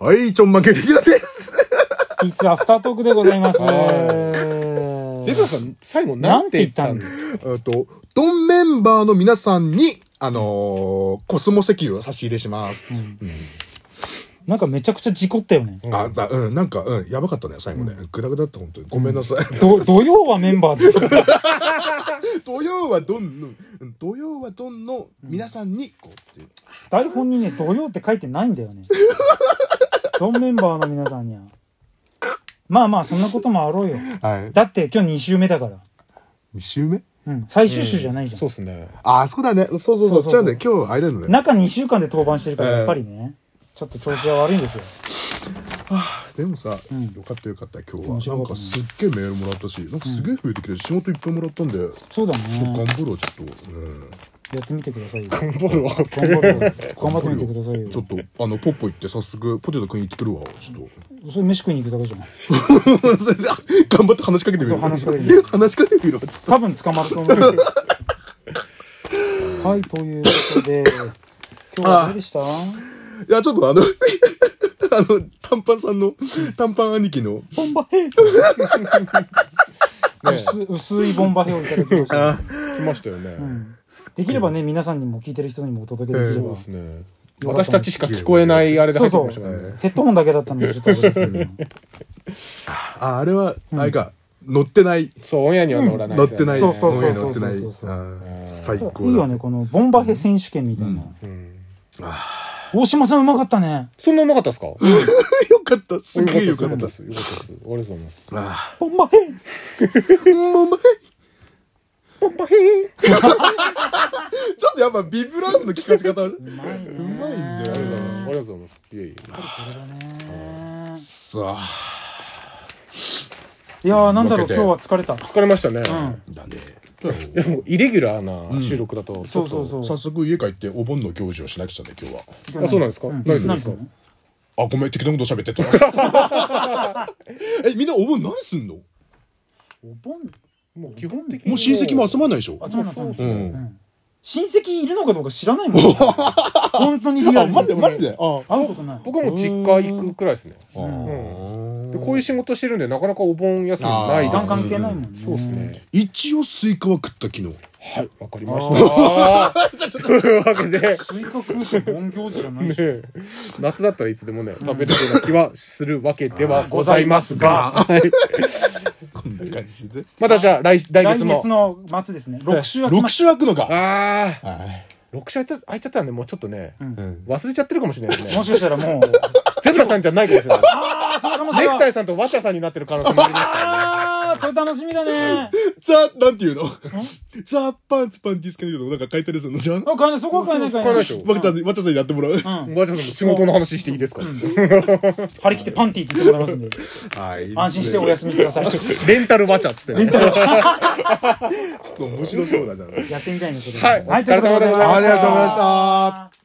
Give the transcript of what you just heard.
はい、ちょんまげりよです。いつアフタートークでございます。ゼブラさん、最後なんて言ったなんんてですえっと、ドンメンバーの皆さんに、あのーコスモ石油を差し入れします。なんかめちゃくちゃ事故ったよね。あ、だ、うん、なんか、うん、やばかったね、最後ね。グダグダって本当に。ごめんなさい。ど土曜はメンバーですか 土曜はドンの、うん土曜はドンの皆さんに、こうって。台本にね、土曜って書いてないんだよね。ドンメンバーの皆さんには。まあまあ、そんなこともあろうよ。はい。だって今日2週目だから。 2週目うん。最終週じゃないじゃん。そうっすね。ああ、そうだね。そうそうそう。そうそうそうじゃあね、今日、あれだよね。中2週間で登板してるから、やっぱりね。ちょっと調子は悪いんですよ。でもさ、んよかったよかった、今面日白は。かなんったねかすっげえメールもらったし、なんかすげえ増えてきて、仕事いっぱいもらったんで、ちょっそうだと頑ね。張ろう、ちょっと。うん。やってみてくださいよ。頑張るわ。頑張るよ頑張ってみてくださいよ。ちょっと、あの、ポッポ行って、早速、ポテト食いに行ってくるわ、ちょっと。それ飯食いに行くだけじゃん。先生あ 頑張って話しかけてみそる。う話しかけてみ る話しかけてみるわ、ちょっと。多分捕まると思う。 はい、ということで、今日はどうでしたいや、ちょっとあの、 あの、短パンさんの、短パン兄貴の、ボンバ ヘイ薄薄いボンバヘイをいただきました。来ましたよね。できればね、皆さんにも聞いてる人にもお届けできれそうばで。すね。私たちしか聞こえないあれでそ入うってきそうましたからね。。ヘッドホンだけだったので、ちょっとあれですけど。あ、あれは、あれか、乗ってない。そう、オンエアには乗らない乗でっすよね。てない。そうそうそう乗ってないそうそうそうあー最高だ。いいよね、このボンバヘイ選手権みたいな。うん大島さんうまかったね。そんなうまかったですかよかった。すげえよよかかっったたで。す。よかったです。よかったです。ありがとうございます。あボンバヘイーもうお前ポンパヒーちょっとやっぱビブラームの聞かせ方、ううまいね。まいんだよあありれは。がとうございます。いえいえ。これだねさあ、いやー、なんだろう、負けて今日は疲れた。疲れましたね。だね。でも、イレギュラーな収録だと、そうそうそう。早速家帰ってお盆の行事をしなくちゃね、今日は。うあ、そうなんですかうん何するんですか何するあ、ごめん、適当なこと喋ってた。 え、みんなお盆何すんのお盆もう基本的に。もう親戚も集まんないでしょあ、そうなんだ。う。うんん親戚いるのかどうか知らないもん。 本当にリアあ、ルに。マジでマジであ会うことない。僕はもう実家行くくらいですね。あーでこういう仕事してるんで、なかなかお盆休みな時いです間関係ないもんね。そうです。ね。一応スイカは食った昨日。はい、わかりま した。というわけ で、スイカ食うって本行事じゃないし。ね夏だったらいつでもね、食べれるような気はするわけではございますが、はいこんな感じで。 またじゃあ来来来月も月。の末ですね。6週は来6まし週開くのか。ああ、はい。 6社空いた空いちゃったんで、もうちょっとね、うん忘れちゃってるかもしれないですもね。しかしたら もう。ゼブラさんじゃないかもしれない。ああ、その可能性ネクタは。イさんとワチャさんになってる可能性もありますからね。ああ、それ楽しみだね。ザ、なんていうのザ・パンツパンティスケネードなんか書いてあるやつなのじゃんあ、買えない。そこは買えない、買え買えなないいでし。ょわちゃん、わちゃさんにやってもらう。ワチャさんも仕事の話していいですか張り切ってパンティーって言ってもらい ますんで。はい。安心してお休みください。レンタルワチャっつってね。ちょっと面白そうだじゃん。ありやってみたいね、それ。はいお疲れ様でございましたがとうございました。